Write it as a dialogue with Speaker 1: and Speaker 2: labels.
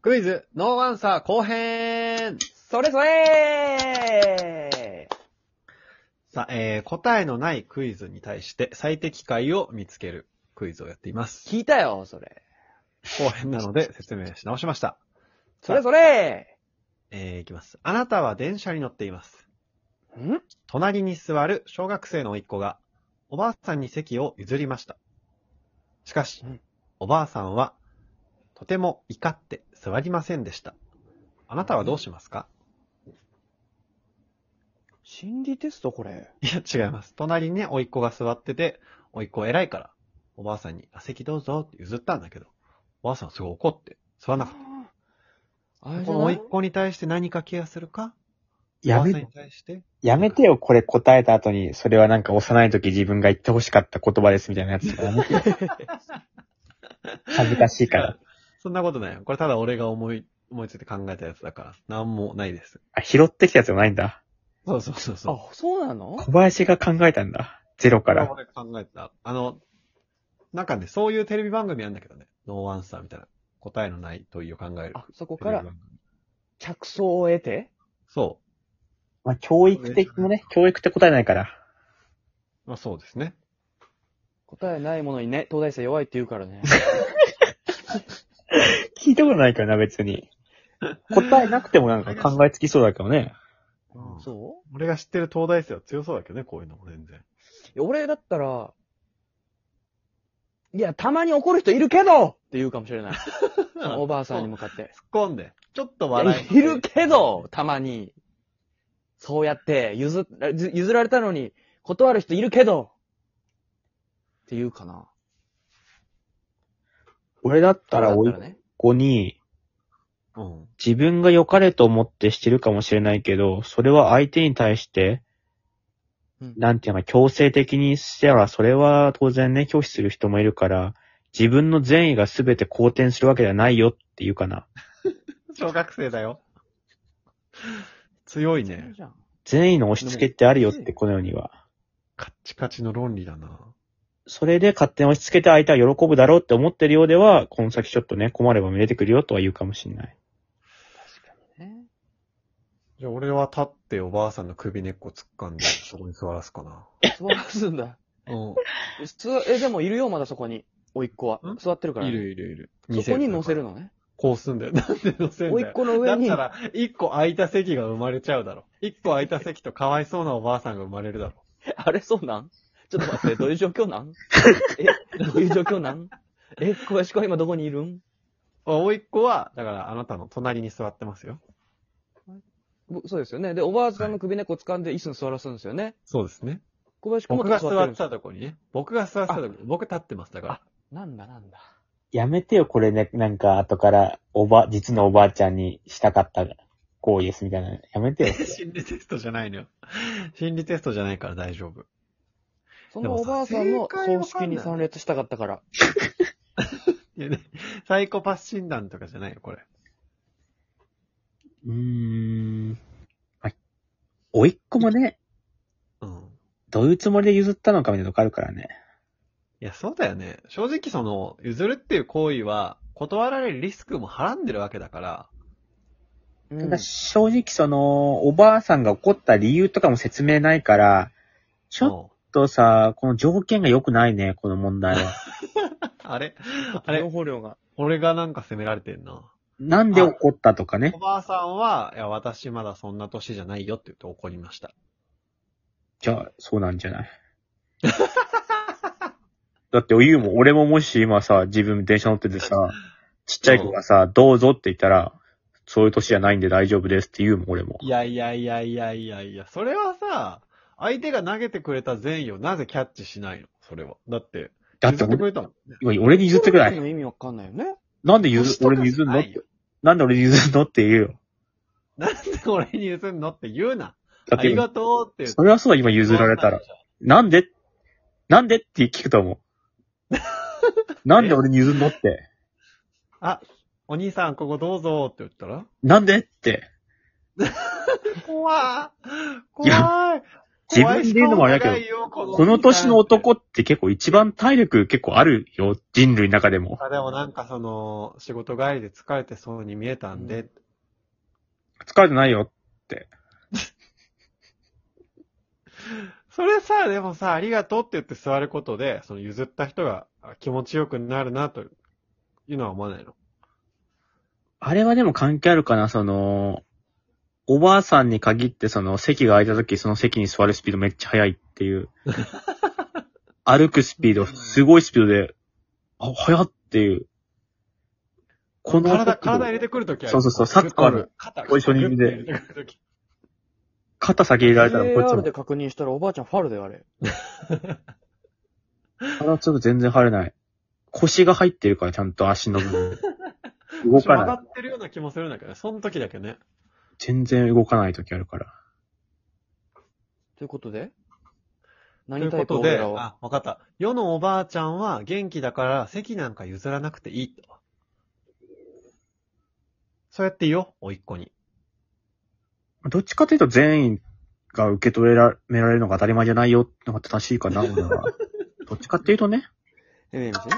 Speaker 1: クイズ、ノーアンサー後編
Speaker 2: それそれ
Speaker 1: さあ、えー、答えのないクイズに対して最適解を見つけるクイズをやっています。
Speaker 2: 聞いたよ、それ。
Speaker 1: 後編なので説明し直しました。
Speaker 2: それそれ
Speaker 1: えー、いきます。あなたは電車に乗っています。
Speaker 2: ん
Speaker 1: 隣に座る小学生の甥っ子が、おばあさんに席を譲りました。しかし
Speaker 2: うん、
Speaker 1: おばあさんは、とても怒って座りませんでした。あなたはどうしますか
Speaker 2: 心理テストこれ。
Speaker 1: いや、違います。隣にね、甥っ子が座ってて、甥っ子偉いから、おばあさんに、あ、席どうぞって譲ったんだけど、おばあさんはすごい怒って、座らなかっ
Speaker 2: あ
Speaker 1: た。
Speaker 2: れ
Speaker 1: こ
Speaker 2: じゃ
Speaker 1: の
Speaker 2: な
Speaker 1: 甥
Speaker 2: い
Speaker 1: っ子に対して何かケアするか
Speaker 3: や
Speaker 1: おばあさん
Speaker 3: め
Speaker 1: に、対して、
Speaker 3: やめてよ、これ答えた後に、それはなんか幼い時自分が言って欲しかった言葉ですみたいなやつやめてよ 恥ずかしいから。
Speaker 1: そんなことないよ。これただ俺が思い、思いついて考えたやつだから、なんもないです。
Speaker 3: あ、拾ってきたやつじゃないんだ。
Speaker 1: そうそうそうそう。
Speaker 2: あ、そうなの
Speaker 3: 小林が考えたんだ。ゼロか
Speaker 1: これ
Speaker 3: ら。
Speaker 1: 俺考えた。あの、なんかね、そういうテレビ番組あるんだけどね。ノーアンサーみたいな。答えのない問いを考える。
Speaker 2: あ、そこ
Speaker 1: テ
Speaker 2: か
Speaker 1: レビ
Speaker 2: ら
Speaker 1: 番組
Speaker 2: 着想を得て
Speaker 1: そ
Speaker 3: まあ、教育的もね、教育って答えないから。
Speaker 1: う。まあそうですね。
Speaker 2: 答えないものにね、東大生弱いって言うからね。
Speaker 3: 聞いたことないからな、別に。答えなくてもなんか考えつきそうだからね。
Speaker 1: うん
Speaker 2: そう
Speaker 1: 俺が知ってる東大生は強そうだけどね、こういうのも全然。
Speaker 2: いや俺だったら、いや、たまに怒る人いるけどって言うかもし れない。そのおばあさんに向かって。
Speaker 1: 突っ込んで。ちょっと
Speaker 2: い
Speaker 1: 笑
Speaker 2: やいるけど、たまに。そうやって、譲ら、譲譲られたのに、断る人いるけど。って言うかな。
Speaker 3: 俺だったら、
Speaker 2: そう
Speaker 3: 甥
Speaker 2: だっ
Speaker 3: い
Speaker 2: た
Speaker 3: っ
Speaker 2: らね。
Speaker 3: 子に、
Speaker 1: うん。
Speaker 3: 自分が良かれと思ってしてるかもしれないけど、それは相手に対して、
Speaker 2: うん
Speaker 3: なんていうのか、強制的にしては、それは当然ね、拒否する人もいるから、自分の善意が全て好転するわけではないよっていうかな。
Speaker 1: 小学生だよ。強い
Speaker 2: いい
Speaker 1: ね。
Speaker 2: じゃん
Speaker 3: 善意の押し付けってあるよって、この世には。
Speaker 1: カッチカチの論理だな。
Speaker 3: それで勝手に押し付けて相手は喜ぶだろうって思ってるようでは、この先ちょっとね、困れば出てくるよとは言うかもしれない。
Speaker 2: 確かにね。
Speaker 1: じゃあ俺は立っておばあさんの首根っこ突っかんで、そこに座らすかな。
Speaker 2: 座らすんだ。
Speaker 1: う
Speaker 2: すえ、でもいるよ、まだそこに。おいっ子は
Speaker 1: ん。
Speaker 2: 座ってるから、
Speaker 1: ん。
Speaker 2: ね。
Speaker 1: いるいるいる。
Speaker 2: そこに乗せる
Speaker 1: の。
Speaker 2: のね。
Speaker 1: こうすんだよ。なんで乗せん
Speaker 2: お
Speaker 1: だ
Speaker 2: いっ
Speaker 1: よ。
Speaker 2: 子の
Speaker 1: だ
Speaker 2: 上
Speaker 1: っ
Speaker 2: に
Speaker 1: た、ら、一個空いた席が生まれちゃうだろ。一個空いた席とかわいそうなおばあさんが生まれるだろ。
Speaker 2: あれそうなんちょっと 待って、どういう状況なんえ、どういう状況なんえ、小林子は今どこにいるん
Speaker 1: おいっ子は、だからあなたの隣に座ってますよ。
Speaker 2: ぼそうですよね。で、おばあさんの首根っこ掴んで椅子に座らすんですよね。
Speaker 1: そうですね。
Speaker 2: 小林子も
Speaker 1: 僕が
Speaker 2: 座
Speaker 1: 座
Speaker 2: ってるん
Speaker 1: っ
Speaker 2: ですよ
Speaker 1: たとこにね。僕が座ってたとこに。僕立ってますだから。
Speaker 2: なんだなんだ。
Speaker 3: やめてよ、これね、なんか後から、おば、実のおばあちゃんにしたかった行為ですみたいな。やめてよ。
Speaker 1: 心理テストじゃないのよ。心理テストじゃないから大丈夫。
Speaker 2: そのおばあさんの公式に参列したかったから。
Speaker 1: いやね、サイコパス診断とかじゃないよ、これ。
Speaker 3: うーん。はい。おいっ子もね、
Speaker 1: うん。
Speaker 3: どういうつもりで譲ったのかみたいなとこあるからね。
Speaker 1: いや、そうだよね。正直その、譲るっていう行為は、断られるリスクもはらんでるわけだから、
Speaker 2: う
Speaker 3: た
Speaker 2: ん
Speaker 3: だ正直その、おばあさんが怒った理由とかも説明ないから、ちょっ
Speaker 1: も
Speaker 3: とさ、この条件が良くないね、この問題
Speaker 1: う
Speaker 3: は。
Speaker 1: あれ あれ
Speaker 2: 情報量が。
Speaker 1: 俺がなんか責められてんな。
Speaker 3: なんで怒ったとかね
Speaker 1: お。ばあさんは、いや、私まだそんな歳じゃないよって言って怒りました。
Speaker 3: じゃあ、そうなんじゃない だって、おゆうも、俺ももし今さ、自分電車乗っててさ、ちっちゃい子がさ、どうぞって言ったら、そういう年じゃないんで大丈夫ですって言うもん、俺も。
Speaker 1: いやいやいやいやいやいや、それはさ、相手が投げてくれた善意をなぜキャッチしないのそれは。だって、
Speaker 3: だって
Speaker 1: 譲って
Speaker 3: 俺
Speaker 1: く、れたもん。
Speaker 3: 今俺に譲ってくらい。
Speaker 2: の意味わかんないよね。
Speaker 3: なんで譲、俺に譲んのってなんで俺に譲んのって言うよ。
Speaker 1: なんで俺に譲んのって言うな。あ
Speaker 3: だって
Speaker 1: り
Speaker 3: 今、
Speaker 1: がとうって言う
Speaker 3: それはそうだ、今譲られたら。。なんでなんでって聞くと思う。なんで俺に譲んのって。
Speaker 1: お兄さん、ここどうぞって言ったら
Speaker 3: なんでって。
Speaker 1: 怖ー
Speaker 3: いや
Speaker 1: 怖い
Speaker 3: 自分で言うのもあれだけど
Speaker 1: 怖い人多いよこ
Speaker 3: この年の男って結構一番体力結構あるよ。人類の中でも。
Speaker 1: あでもなんかその、仕事帰りで疲れてそうに見えたんで、
Speaker 3: 疲れてないよ。
Speaker 1: それさ、でもさ、ありがとうって言って座ることで、その譲った人があ気持ちよくなるなというのは思わないの。
Speaker 3: あれはでも関係あるかな、その、おばあさんに限ってその席が空いた時その席に座るスピードめっちゃ速いっ ていう。歩くスピード、すごいスピードで、あ、速っていう。この
Speaker 1: 体、体入れてくるときある。
Speaker 3: そうそうそうサッカーの
Speaker 1: 肩、
Speaker 3: ポジショニング
Speaker 1: グ
Speaker 3: で
Speaker 1: ッて入れてくる時
Speaker 3: 肩先入れられたらこっち
Speaker 2: AR
Speaker 3: も
Speaker 2: で確認したらおばあちゃんファウルだよ、あれ。
Speaker 3: 体ちょっと全然入れない。腰が入ってるからちゃんと足の部 分。動か
Speaker 1: 曲が
Speaker 3: ない。
Speaker 1: ってるような気もするんだけどね。その時だけね。
Speaker 3: 全然動かない時あるから。
Speaker 2: ということで
Speaker 1: と
Speaker 2: 何
Speaker 1: いう
Speaker 2: タイ
Speaker 1: こ
Speaker 2: プ
Speaker 1: と
Speaker 2: 俺
Speaker 1: で、
Speaker 2: らは。
Speaker 1: あ、わかった。世のおばあちゃんは元気だから席なんか譲らなくていいと。そうやって言おう、おいっ子に。
Speaker 3: どっちかというと全員が受け止められるのが当たり前じゃないよってのが正しいかな。俺はどっちかっていうとね。
Speaker 2: え、ねえ、見せて